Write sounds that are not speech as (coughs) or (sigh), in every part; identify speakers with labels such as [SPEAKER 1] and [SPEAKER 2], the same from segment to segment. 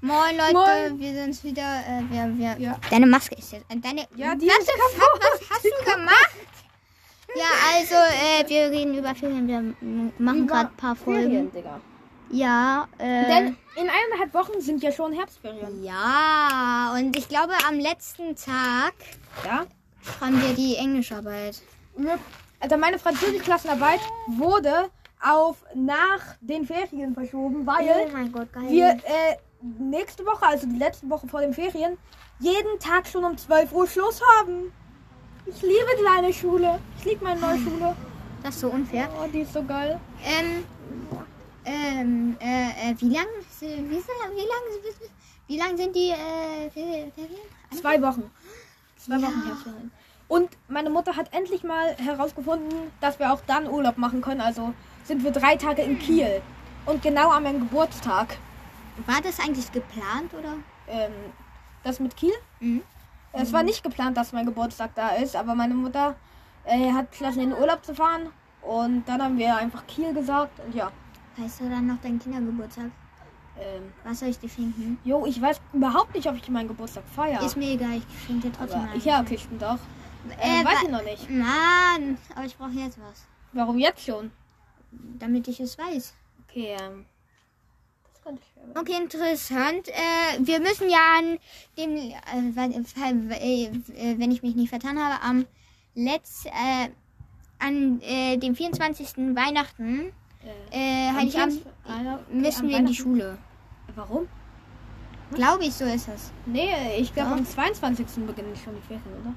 [SPEAKER 1] Moin Leute,
[SPEAKER 2] Moin.
[SPEAKER 1] wir sind's wieder. Äh, wir, wir,
[SPEAKER 2] Ja.
[SPEAKER 1] Deine Maske ist jetzt. äh, Deine,
[SPEAKER 2] Ja, die
[SPEAKER 1] was,
[SPEAKER 2] ist
[SPEAKER 1] the fuck, was hast du gemacht? Ja, also äh, wir reden über Ferien. Wir m- machen
[SPEAKER 2] Über
[SPEAKER 1] gerade ein paar Folgen.
[SPEAKER 2] Ferien, Digga.
[SPEAKER 1] Ja. Äh,
[SPEAKER 2] Denn in eineinhalb Wochen sind ja schon Herbstferien.
[SPEAKER 1] ja, und ich glaube am letzten Tag
[SPEAKER 2] Ja.
[SPEAKER 1] haben wir die Englischarbeit.
[SPEAKER 2] Also meine Französischklassenarbeit wurde auf nach den Ferien verschoben, weil
[SPEAKER 1] Oh mein Gott, geil.
[SPEAKER 2] wir äh, nächste Woche, also die letzte Woche vor den Ferien, jeden Tag schon um 12 Uhr Schluss haben. Ich liebe kleine Schule. Ich liebe meine neue Schule.
[SPEAKER 1] das ist so unfair.
[SPEAKER 2] Oh, die ist so geil.
[SPEAKER 1] Ähm, ähm, äh, äh, wie lang, wie, wie, wie lang, wie lang sind die äh, Fer- Ferien?
[SPEAKER 2] Zwei Wochen. Zwei
[SPEAKER 1] Ja.
[SPEAKER 2] Wochen Herbstferien. Und meine Mutter hat endlich mal herausgefunden, dass wir auch dann Urlaub machen können. Also sind wir drei Tage in Kiel. Und genau an meinem Geburtstag.
[SPEAKER 1] War das eigentlich geplant oder?
[SPEAKER 2] Ähm, das mit Kiel.
[SPEAKER 1] Mhm.
[SPEAKER 2] Es war nicht geplant, dass mein Geburtstag da ist, aber meine Mutter äh, hat beschlossen, in den Urlaub zu fahren. Und dann haben wir einfach Kiel gesagt. Und ja,
[SPEAKER 1] Weißt du dann noch deinen Kindergeburtstag?
[SPEAKER 2] ähm,
[SPEAKER 1] Was soll ich dir schenken?
[SPEAKER 2] jo, ich weiß überhaupt nicht, ob ich meinen Geburtstag feiere.
[SPEAKER 1] Ist mir egal, ich schenke dir trotzdem
[SPEAKER 2] aber,
[SPEAKER 1] einen.
[SPEAKER 2] ja, okay, stimmt auch. Äh,
[SPEAKER 1] Äh,
[SPEAKER 2] weiß
[SPEAKER 1] wa-
[SPEAKER 2] ich noch nicht.
[SPEAKER 1] Mann, aber ich brauche jetzt was.
[SPEAKER 2] Warum jetzt schon?
[SPEAKER 1] Damit ich es weiß.
[SPEAKER 2] Okay, ähm, das könnte schwer werden.
[SPEAKER 1] Okay, interessant. Äh, wir müssen ja an dem, äh, weil- weil- äh, wenn ich mich nicht vertan habe, am letzt, äh, an äh, dem 24. Weihnachten,
[SPEAKER 2] Äh,
[SPEAKER 1] äh,
[SPEAKER 2] am
[SPEAKER 1] Heiligabend,
[SPEAKER 2] 24. Ah, okay,
[SPEAKER 1] müssen
[SPEAKER 2] am
[SPEAKER 1] wir in
[SPEAKER 2] Weihnachten-
[SPEAKER 1] die Schule.
[SPEAKER 2] Warum?
[SPEAKER 1] Glaube ich, so ist das.
[SPEAKER 2] Nee, ich glaube
[SPEAKER 1] Ja.
[SPEAKER 2] am 22. beginnen schon die Ferien, oder?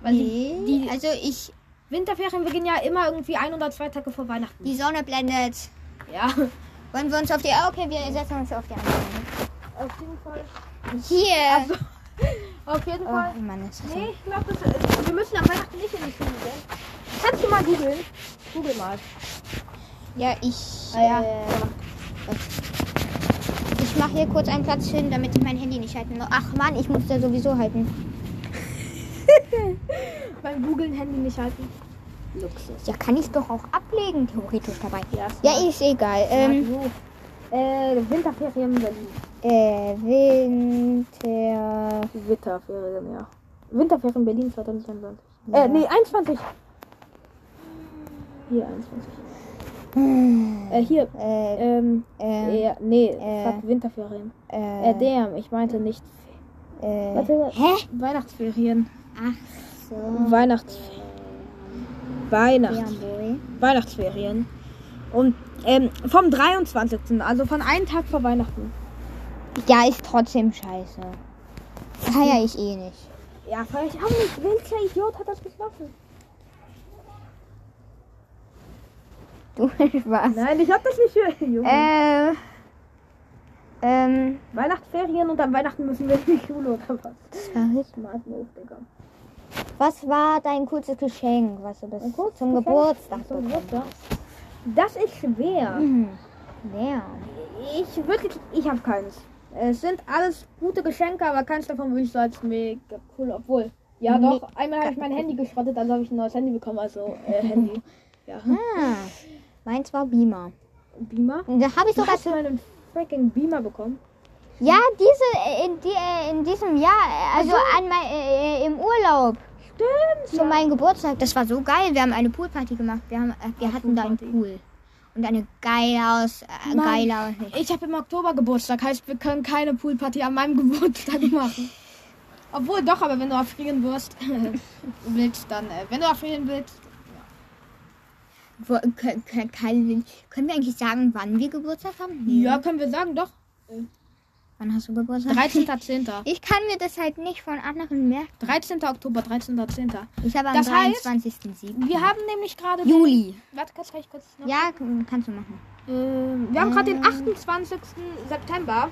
[SPEAKER 2] Weil
[SPEAKER 1] Nee,
[SPEAKER 2] die, die
[SPEAKER 1] also ich,
[SPEAKER 2] Winterferien beginnen ja immer irgendwie ein oder zwei Tage vor Weihnachten.
[SPEAKER 1] die Sonne blendet.
[SPEAKER 2] Ja.
[SPEAKER 1] Wollen wir uns auf die. ah, Okay, wir setzen uns auf die andere. Seite.
[SPEAKER 2] Auf jeden Fall.
[SPEAKER 1] Hier!
[SPEAKER 2] Also, (laughs) auf jeden
[SPEAKER 1] oh
[SPEAKER 2] Fall.
[SPEAKER 1] Mann, ist das
[SPEAKER 2] Nee, ich glaube, das ist, wir müssen am Weihnachten nicht in die Schule gehen. Kannst du mal googeln? Google mal.
[SPEAKER 1] Ja, ich.
[SPEAKER 2] Ah ja.
[SPEAKER 1] Äh, ich mache hier kurz einen Platz hin, damit ich mein Handy nicht halten muss. Ach Mann, ich muss da sowieso halten.
[SPEAKER 2] Beim Googeln Handy nicht halten.
[SPEAKER 1] Ja, kann ich doch auch ablegen, theoretisch dabei.
[SPEAKER 2] Ja,
[SPEAKER 1] Ja, ist egal. Ähm,
[SPEAKER 2] Äh, Winterferien in Berlin.
[SPEAKER 1] äh, Winter.
[SPEAKER 2] Winterferien, ja. Winterferien Berlin 2021. Äh, nee, 21. Hier 21. Äh, hier.
[SPEAKER 1] Äh,
[SPEAKER 2] Ähm,
[SPEAKER 1] äh,
[SPEAKER 2] ja, nee,
[SPEAKER 1] äh,
[SPEAKER 2] fuck, Winterferien. Äh,
[SPEAKER 1] äh,
[SPEAKER 2] damn, ich meinte nicht.
[SPEAKER 1] äh,
[SPEAKER 2] Warte, Oh.
[SPEAKER 1] Hä?
[SPEAKER 2] Weihnachtsferien.
[SPEAKER 1] Ach so.
[SPEAKER 2] Weihnachts.
[SPEAKER 1] Ja,
[SPEAKER 2] Weihnachts.
[SPEAKER 1] boy.
[SPEAKER 2] Weihnachtsferien. Und ähm, vom 23. Also von einem Tag vor Weihnachten.
[SPEAKER 1] Ja, ist trotzdem scheiße. Feier ich eh nicht.
[SPEAKER 2] Ja, vielleicht auch nicht. Welcher Idiot hat das geschlafen?
[SPEAKER 1] Du (laughs) Spaß.
[SPEAKER 2] Nein, ich hab das nicht für (laughs) Junge.
[SPEAKER 1] Äh, ähm,
[SPEAKER 2] Weihnachtsferien und an Weihnachten müssen wir in die Schule oder was?
[SPEAKER 1] verrückt.
[SPEAKER 2] Smart Move, Digga.
[SPEAKER 1] was war dein kurzes Geschenk, was du bis
[SPEAKER 2] Ein kurzes
[SPEAKER 1] zum
[SPEAKER 2] Geschenk
[SPEAKER 1] Geburtstag
[SPEAKER 2] zum
[SPEAKER 1] bekommen
[SPEAKER 2] Geburtstag?
[SPEAKER 1] hast?
[SPEAKER 2] Das ist schwer.
[SPEAKER 1] Hm. Ja.
[SPEAKER 2] Ich wirklich, ich hab keins. Es sind alles gute Geschenke, aber keins davon würde ich so als mega cool, obwohl. Ja,
[SPEAKER 1] Mega
[SPEAKER 2] doch. Einmal habe ich mein Handy geschrottet, dann habe ich ein neues Handy bekommen, also
[SPEAKER 1] (laughs)
[SPEAKER 2] äh, Handy. Ja.
[SPEAKER 1] Ah, meins war Beamer.
[SPEAKER 2] Beamer?
[SPEAKER 1] Und Da habe ich
[SPEAKER 2] Du
[SPEAKER 1] sogar.
[SPEAKER 2] hast du einen freaking Beamer bekommen?
[SPEAKER 1] Ja, diese äh, in, die, äh, in diesem Jahr, äh, also an mein, äh, im Urlaub.
[SPEAKER 2] Stimmt.
[SPEAKER 1] Zu meinem Geburtstag. Das war so geil. Wir haben eine Poolparty gemacht. Wir, haben, äh, wir hatten da einen Pool. Und eine geile aus. Äh,
[SPEAKER 2] Mann.
[SPEAKER 1] geile aus.
[SPEAKER 2] Ich habe im Oktober Geburtstag, heißt wir können keine Poolparty an meinem (laughs) Geburtstag machen. Obwohl doch, aber wenn du erfrieren wirst, (laughs) willst, dann, äh, wenn du erfrieren willst,
[SPEAKER 1] Wo, kö- kö- kann- können wir eigentlich sagen, wann wir Geburtstag haben? Nee.
[SPEAKER 2] ja, können wir sagen, (laughs) doch.
[SPEAKER 1] Wann hast du Geburtstag?
[SPEAKER 2] 13.10.
[SPEAKER 1] Ich kann mir das halt nicht von anderen merken.
[SPEAKER 2] 13. Oktober, 13.10.
[SPEAKER 1] Ich habe am
[SPEAKER 2] Das heißt,
[SPEAKER 1] 23.07.
[SPEAKER 2] Wir haben nämlich gerade. den-
[SPEAKER 1] Juli.
[SPEAKER 2] Warte kurz, kann ich kurz noch.
[SPEAKER 1] Ja, k- kannst du machen.
[SPEAKER 2] Ähm, wir haben gerade den 28. September.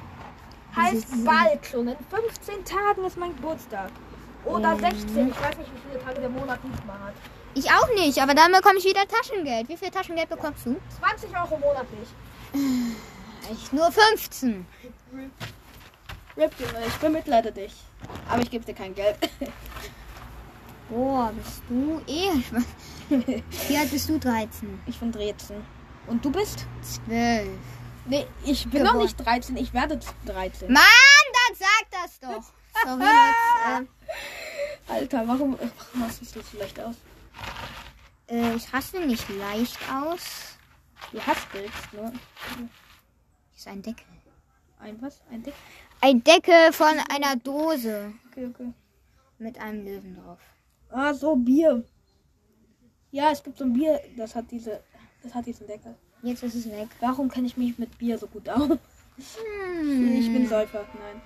[SPEAKER 2] Heißt bald schon. In 15 Tagen ist mein Geburtstag. Oder 16. Ich weiß nicht, wie viele Tage der Monat diesmal hat.
[SPEAKER 1] Ich auch nicht, aber dann bekomme ich wieder Taschengeld. Wie viel Taschengeld bekommst du?
[SPEAKER 2] 20 Euro monatlich.
[SPEAKER 1] Ich nur 15.
[SPEAKER 2] Rip, Junge, ich bemitleide dich. Aber ich gebe dir kein Geld. (laughs)
[SPEAKER 1] Boah, bist du eh.
[SPEAKER 2] (laughs)
[SPEAKER 1] Wie alt bist du? 13.
[SPEAKER 2] Ich bin 13. Und du bist?
[SPEAKER 1] 12.
[SPEAKER 2] Nee, ich bin noch nicht 13, ich werde 13.
[SPEAKER 1] Mann, dann sag das doch. Sorry,
[SPEAKER 2] (laughs)
[SPEAKER 1] Leute.
[SPEAKER 2] Alter, warum, warum hast du es so leicht aus?
[SPEAKER 1] Äh, äh, ich raste nicht leicht aus.
[SPEAKER 2] Du hast Bild, nur
[SPEAKER 1] Hier ist ein Deckel.
[SPEAKER 2] ein was? Ein Dick?
[SPEAKER 1] Ein Deckel von einer Dose
[SPEAKER 2] Okay, okay.
[SPEAKER 1] mit einem Löwen drauf.
[SPEAKER 2] Ah, so Bier. Ja, es gibt so ein Bier, das hat diese, das hat diesen Deckel.
[SPEAKER 1] Jetzt ist es weg.
[SPEAKER 2] Warum kenne ich mich mit Bier so gut aus? (laughs) Ich
[SPEAKER 1] Hm. Mm.
[SPEAKER 2] bin Säufer, nein.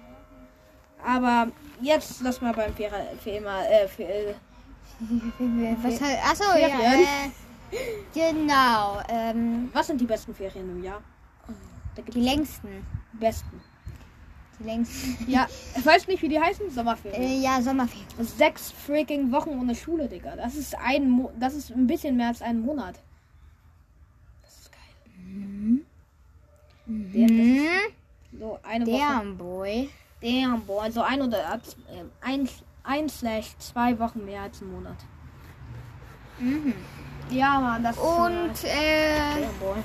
[SPEAKER 2] Aber jetzt lass mal beim Fehrer, Thema, äh, Fe- äh,
[SPEAKER 1] Was halt, achso, ja. Äh,
[SPEAKER 2] Ferien.
[SPEAKER 1] genau. Ähm,
[SPEAKER 2] was sind die besten Ferien im Jahr? Da gibt's
[SPEAKER 1] die längsten.
[SPEAKER 2] die besten.
[SPEAKER 1] Die längsten.
[SPEAKER 2] Ja, ich weiß nicht, wie die heißen, Sommerferien.
[SPEAKER 1] Äh, ja, Sommerferien.
[SPEAKER 2] Sechs freaking Wochen ohne Schule, Digga. Das ist ein, Mo das ist ein bisschen mehr als ein Monat. Das ist geil. Der, das ist
[SPEAKER 1] Hm?
[SPEAKER 2] so eine Woche.
[SPEAKER 1] Damn, Mhm. Boy.
[SPEAKER 2] Damn, boah, also ein oder äh, ein, ein slash zwei Wochen mehr als ein Monat.
[SPEAKER 1] Mhm.
[SPEAKER 2] Ja, Mann, das
[SPEAKER 1] Und,
[SPEAKER 2] ist.
[SPEAKER 1] äh,
[SPEAKER 2] Äh, damn, boy.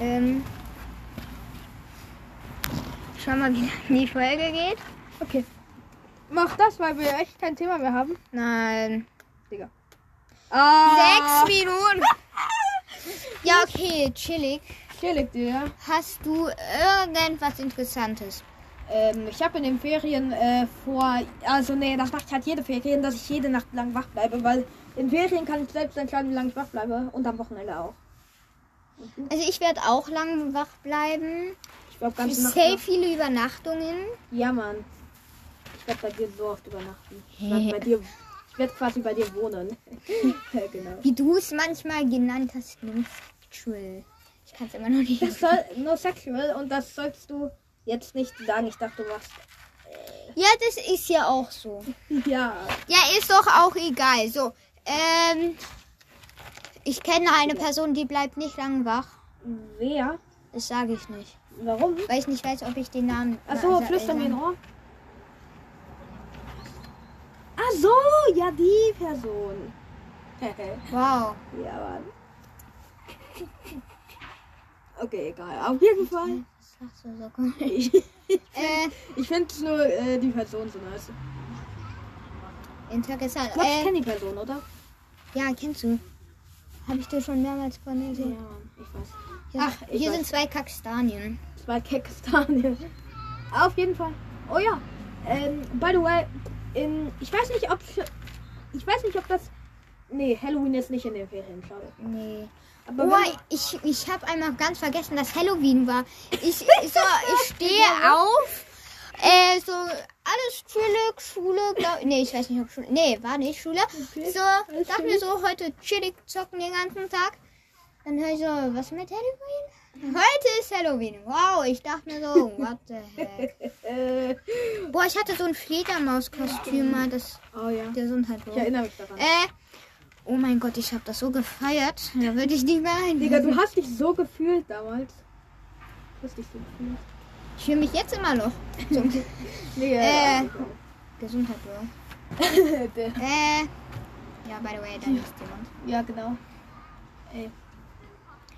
[SPEAKER 1] ähm, schau mal, wie lange die Folge geht.
[SPEAKER 2] Okay. Mach das, weil wir echt kein Thema mehr haben.
[SPEAKER 1] Nein.
[SPEAKER 2] Digga. Ah,
[SPEAKER 1] Sechs Minuten. Ja, okay, chillig.
[SPEAKER 2] Chillig, Digga.
[SPEAKER 1] Hast du irgendwas Interessantes?
[SPEAKER 2] Ähm, ich habe in den Ferien äh, vor. Also, nee, das macht halt jede Ferien, dass ich jede Nacht lang wach bleibe, weil in Ferien kann ich selbst entscheiden, wie lange ich wach bleibe. Und am Wochenende auch.
[SPEAKER 1] Also ich werde auch lang wach bleiben.
[SPEAKER 2] Ich glaube,
[SPEAKER 1] Ich
[SPEAKER 2] ganz
[SPEAKER 1] sehe viele Übernachtungen.
[SPEAKER 2] Ja, Mann. Ich werde bei dir so oft übernachten. Ich werde bei dir. Ich werde quasi bei dir wohnen. ja, genau.
[SPEAKER 1] Wie du es manchmal genannt hast, nimm sexual. Ich kann es immer noch
[SPEAKER 2] (laughs)
[SPEAKER 1] nicht.
[SPEAKER 2] Das soll no sexual und das sollst du jetzt nicht sagen. Ich dachte, du machst.
[SPEAKER 1] Ja, das ist ja auch so.
[SPEAKER 2] Ja.
[SPEAKER 1] Ja, ist doch auch egal. So, ähm, ich kenne eine Person, die bleibt nicht lang wach.
[SPEAKER 2] Wer?
[SPEAKER 1] Das sage ich nicht,
[SPEAKER 2] Warum?
[SPEAKER 1] weil ich nicht weiß, ob ich den Namen.
[SPEAKER 2] Achso,
[SPEAKER 1] also,
[SPEAKER 2] flüster mir
[SPEAKER 1] äh,
[SPEAKER 2] in Ohr. Ach so, ja, die Person. (laughs)
[SPEAKER 1] Wow.
[SPEAKER 2] ja, Mann. Okay, egal. Auf jeden Fall.
[SPEAKER 1] (laughs) Das sagst du so komisch.
[SPEAKER 2] Ich,
[SPEAKER 1] Äh,
[SPEAKER 2] ich finde nur äh, die Person so nice.
[SPEAKER 1] interessant.
[SPEAKER 2] Ich glaub, ich
[SPEAKER 1] Äh,
[SPEAKER 2] kenne die Person, oder?
[SPEAKER 1] ja, kennst du? Habe ich dir schon mehrmals von erzählt.
[SPEAKER 2] ich weiß.
[SPEAKER 1] Hier,
[SPEAKER 2] Ach, ich
[SPEAKER 1] hier
[SPEAKER 2] weiß.
[SPEAKER 1] sind zwei Kastanien.
[SPEAKER 2] Das war Kekstanie. (laughs) Auf jeden Fall. Oh ja. Ähm, by the way, in, ich weiß nicht, ob ich weiß nicht, ob das Nee, Halloween ist nicht in den Ferien, schade.
[SPEAKER 1] Nee.
[SPEAKER 2] Aber
[SPEAKER 1] Oh,
[SPEAKER 2] wenn-
[SPEAKER 1] ich, ich habe einmal ganz vergessen, dass Halloween war. Ich, so, ich stehe auf. Äh, so, alles chillig, Schule, glaub, Nee, ich weiß nicht, ob Schule. Nee, war nicht Schule.
[SPEAKER 2] Okay,
[SPEAKER 1] So,
[SPEAKER 2] alles
[SPEAKER 1] dachte mir
[SPEAKER 2] chillig.
[SPEAKER 1] so, heute chillig zocken den ganzen Tag. Dann höre ich so, was mit Halloween? Heute ist Halloween. Wow, ich dachte mir so,
[SPEAKER 2] (laughs)
[SPEAKER 1] what the heck.
[SPEAKER 2] Äh,
[SPEAKER 1] Boah, ich hatte so ein Fledermauskostüm mal, das
[SPEAKER 2] oh ja.
[SPEAKER 1] Gesundheit.
[SPEAKER 2] Ich erinnere mich daran.
[SPEAKER 1] Äh, oh mein Gott, ich habe das so gefeiert. Da würde ich nicht mehr ein.
[SPEAKER 2] Digga, du hast dich so gefühlt damals. Du hast dich so gefühlt.
[SPEAKER 1] Ich fühle mich jetzt immer noch. So,
[SPEAKER 2] Nee,
[SPEAKER 1] Äh.
[SPEAKER 2] äh.
[SPEAKER 1] Gesundheit, Bro.
[SPEAKER 2] der-
[SPEAKER 1] Äh. Ja, by the way, da ist jemand.
[SPEAKER 2] (laughs) ja, genau. Ey.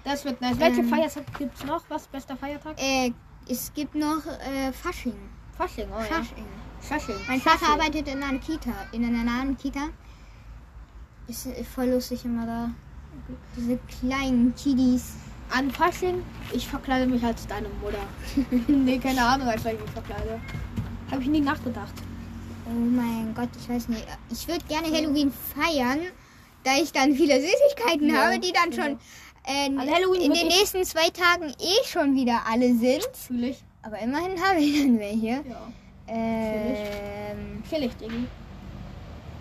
[SPEAKER 2] Das wird nice. Welche
[SPEAKER 1] Ähm.
[SPEAKER 2] Feiertag gibt's noch? Was? Bester Feiertag?
[SPEAKER 1] Äh, es gibt noch äh, Fasching.
[SPEAKER 2] Fasching, oh ja.
[SPEAKER 1] Fasching.
[SPEAKER 2] Fasching.
[SPEAKER 1] Mein Vater arbeitet in einer Kita. In einer nahen Kita. Ist äh, voll lustig immer da. Diese kleinen Kiddies.
[SPEAKER 2] An Fasching, ich verkleide mich als deine Mutter. (laughs) nee, keine Ahnung, als ich mich verkleide. Habe ich nie nachgedacht.
[SPEAKER 1] Oh mein Gott, ich weiß nicht. Ich würde gerne Halloween feiern, da ich dann viele Süßigkeiten
[SPEAKER 2] Ja,
[SPEAKER 1] habe, die dann schon äh,
[SPEAKER 2] An Halloween
[SPEAKER 1] in
[SPEAKER 2] würd
[SPEAKER 1] den
[SPEAKER 2] ich-
[SPEAKER 1] nächsten zwei Tagen eh schon wieder alle sind.
[SPEAKER 2] Fühle ich.
[SPEAKER 1] Aber immerhin habe ich dann welche.
[SPEAKER 2] Ja.
[SPEAKER 1] Ähm,
[SPEAKER 2] Chill ich, Diggi.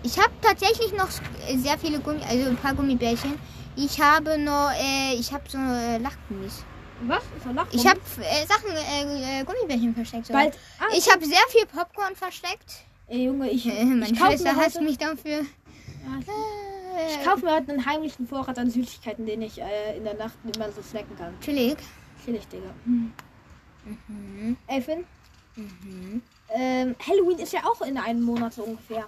[SPEAKER 1] ich habe tatsächlich noch äh, sehr viele Gummi, also ein paar Gummibärchen. Ich habe noch, äh, ich habe so äh, Lachgummis.
[SPEAKER 2] Was? Ist er nach?
[SPEAKER 1] Ich habe äh, Sachen, äh, äh, Gummibärchen versteckt. sogar.
[SPEAKER 2] bald. Ah,
[SPEAKER 1] Ich habe sehr viel Popcorn versteckt.
[SPEAKER 2] ey, Junge, ich.
[SPEAKER 1] Äh, meine
[SPEAKER 2] ich kauf mir
[SPEAKER 1] Schwester hasst
[SPEAKER 2] heute-
[SPEAKER 1] mich dafür.
[SPEAKER 2] Ja, ich-
[SPEAKER 1] Äh,
[SPEAKER 2] Ich kaufe mir heute einen heimlichen Vorrat an Süßigkeiten, den ich äh, in der Nacht immer so snacken kann.
[SPEAKER 1] Chillig.
[SPEAKER 2] Chill ich, Digga.
[SPEAKER 1] Mhm.
[SPEAKER 2] Ey, Finn,
[SPEAKER 1] Mhm.
[SPEAKER 2] ähm, Halloween ist ja auch in einem Monat so ungefähr.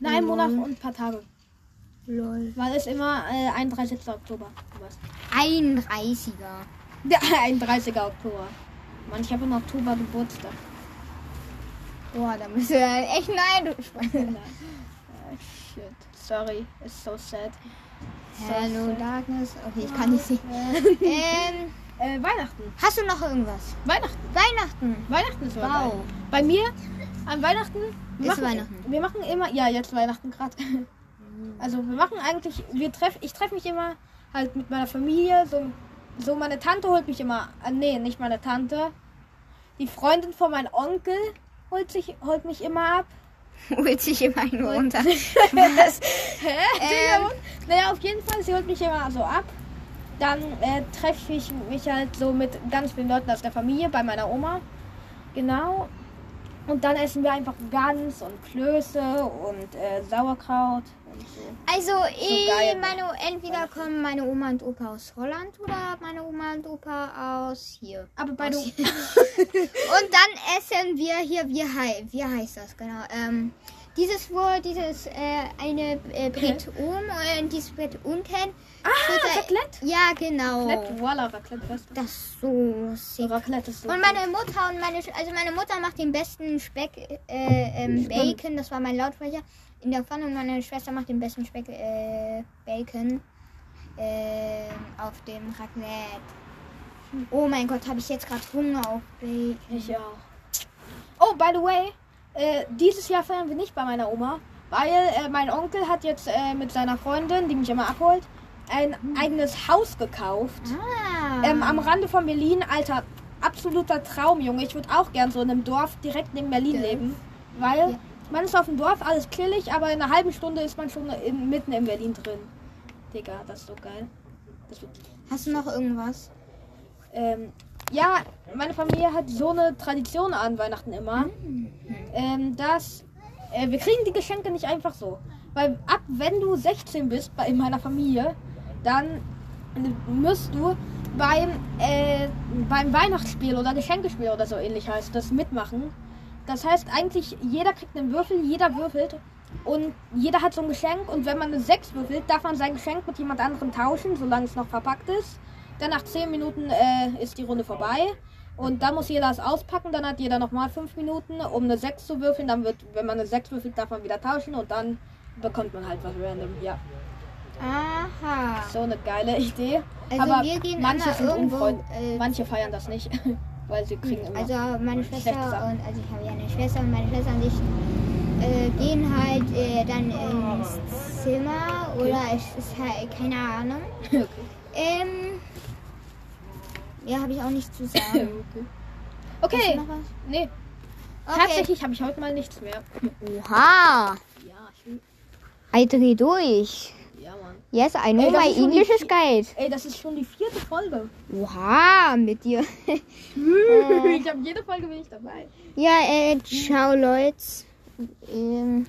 [SPEAKER 2] In einem
[SPEAKER 1] Lol.
[SPEAKER 2] Monat und ein paar Tage.
[SPEAKER 1] Lol.
[SPEAKER 2] Weil es immer äh, 31. Oktober. Du weißt.
[SPEAKER 1] 31er.
[SPEAKER 2] (laughs) Der 31. Oktober. Mann, ich habe im Oktober Geburtstag.
[SPEAKER 1] Boah, da müssen wir echt neidisch
[SPEAKER 2] (laughs)
[SPEAKER 1] sein.
[SPEAKER 2] Ah, Shit. Sorry, it's so sad.
[SPEAKER 1] Hello Darkness. Okay, ich kann nicht sehen. ähm,
[SPEAKER 2] (laughs) Äh, Weihnachten.
[SPEAKER 1] hast du noch irgendwas?
[SPEAKER 2] Weihnachten.
[SPEAKER 1] Weihnachten.
[SPEAKER 2] Weihnachten ist vorbei.
[SPEAKER 1] Wow.
[SPEAKER 2] Bei mir an Weihnachten.
[SPEAKER 1] Ist Weihnachten.
[SPEAKER 2] Wir machen immer. Ja, jetzt Weihnachten gerade. (laughs) Also wir machen eigentlich. Wir treff, ich treffe mich immer halt mit meiner Familie. So, so meine Tante holt mich immer. Äh, nee, nicht meine Tante. Die Freundin von meinem Onkel holt, sich, holt mich immer ab.
[SPEAKER 1] (laughs) Holt sich immer nur unter.
[SPEAKER 2] Hä?
[SPEAKER 1] Ähm.
[SPEAKER 2] Äh, Naja, auf jeden Fall, sie holt mich immer so ab. Dann äh, treffe ich mich halt so mit ganz vielen Leuten aus der Familie, bei meiner Oma. Genau. Und dann essen wir einfach Gans und Klöße und äh, Sauerkraut und so.
[SPEAKER 1] Also, eh,
[SPEAKER 2] geil, ne?
[SPEAKER 1] meine, entweder kommen meine Oma und Opa aus Holland oder meine Oma und Opa aus hier.
[SPEAKER 2] Aber bei du.
[SPEAKER 1] Aus
[SPEAKER 2] (laughs)
[SPEAKER 1] hier. und dann essen wir hier, wie, hei wie heißt das genau? Ähm, dieses wo, dieses äh, eine äh, Brett oben und dieses Brett unten.
[SPEAKER 2] Ah,
[SPEAKER 1] Dritter-
[SPEAKER 2] Raclette? Oh.
[SPEAKER 1] Ja, genau.
[SPEAKER 2] Raclette, voilà, Raclette, weißt du.
[SPEAKER 1] Das ist so sick.
[SPEAKER 2] Raclette ist so
[SPEAKER 1] Und meine Mutter und meine, Sch- also meine Mutter macht den besten Speck, äh, ähm, Bacon, das war mein Lautsprecher, in der Pfanne und meine Schwester macht den besten Speck, äh, Bacon, äh, auf dem Raclette. Oh mein Gott, habe ich jetzt gerade Hunger auf Bacon.
[SPEAKER 2] Ich auch. Oh, by the way, äh, dieses Jahr feiern wir nicht bei meiner Oma, weil äh, mein Onkel hat jetzt äh, mit seiner Freundin, die mich immer abholt, ein eigenes Haus gekauft.
[SPEAKER 1] Ah.
[SPEAKER 2] Ähm, am Rande von Berlin, Alter, absoluter Traum, Junge. Ich würde auch gern so in einem Dorf direkt neben Berlin
[SPEAKER 1] Ja.
[SPEAKER 2] leben, weil
[SPEAKER 1] Ja.
[SPEAKER 2] man ist auf dem Dorf, alles chillig, aber in einer halben Stunde ist man schon in, mitten in Berlin drin. Digga, das ist so geil. Das wird
[SPEAKER 1] Hast du noch irgendwas?
[SPEAKER 2] ähm, ja, meine Familie hat so eine Tradition an Weihnachten immer, ähm, dass äh, wir kriegen die Geschenke nicht einfach so. Weil ab wenn du 16 bist bei in meiner Familie, dann musst du beim, äh, beim Weihnachtsspiel oder Geschenkespiel oder so ähnlich heißt das mitmachen. Das heißt eigentlich, jeder kriegt einen Würfel, jeder würfelt und jeder hat so ein Geschenk und wenn man eine 6 würfelt, darf man sein Geschenk mit jemand anderem tauschen, solange es noch verpackt ist. Dann nach 10 Minuten äh, ist die Runde vorbei und dann muss jeder es auspacken, dann hat jeder nochmal 5 Minuten, um eine 6 zu würfeln. Dann wird, wenn man eine 6 würfelt, darf man wieder tauschen und dann bekommt man halt was random. Ja,
[SPEAKER 1] Aha.
[SPEAKER 2] so eine geile Idee.
[SPEAKER 1] Also
[SPEAKER 2] Aber
[SPEAKER 1] wir gehen
[SPEAKER 2] manche
[SPEAKER 1] immer
[SPEAKER 2] sind
[SPEAKER 1] irgendwo,
[SPEAKER 2] unfreund-
[SPEAKER 1] äh,
[SPEAKER 2] Manche feiern das nicht, (laughs) weil sie kriegen immer.
[SPEAKER 1] Also meine Schwester
[SPEAKER 2] Schlechte Sachen.
[SPEAKER 1] und also ich habe ja eine Schwester und meine Schwester und ich äh, gehen halt äh, dann ins Zimmer oder es ist halt keine Ahnung.
[SPEAKER 2] (laughs)
[SPEAKER 1] (laughs)
[SPEAKER 2] okay.
[SPEAKER 1] Ähm, ja, habe ich auch nichts zu
[SPEAKER 2] (coughs)
[SPEAKER 1] sagen. Hast du
[SPEAKER 2] okay.
[SPEAKER 1] Also noch was?
[SPEAKER 2] nee,
[SPEAKER 1] Okay.
[SPEAKER 2] tatsächlich habe ich heute mal nichts mehr.
[SPEAKER 1] Oha,
[SPEAKER 2] Ja, ich bin,
[SPEAKER 1] I dreh durch.
[SPEAKER 2] ja, Mann.
[SPEAKER 1] Yes, I know
[SPEAKER 2] Ey, das
[SPEAKER 1] my
[SPEAKER 2] ist schon die
[SPEAKER 1] English is
[SPEAKER 2] vier-
[SPEAKER 1] great.
[SPEAKER 2] Ey, das ist schon die vierte Folge.
[SPEAKER 1] Oha, mit dir. (laughs)
[SPEAKER 2] (laughs) ich habe jede Folge bin ich dabei.
[SPEAKER 1] ja, äh, ciao Leute. Ähm,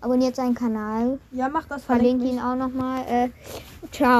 [SPEAKER 1] abonniert seinen Kanal.
[SPEAKER 2] Ja, mach das
[SPEAKER 1] Verlinke ihn auch nochmal. Äh, ciao.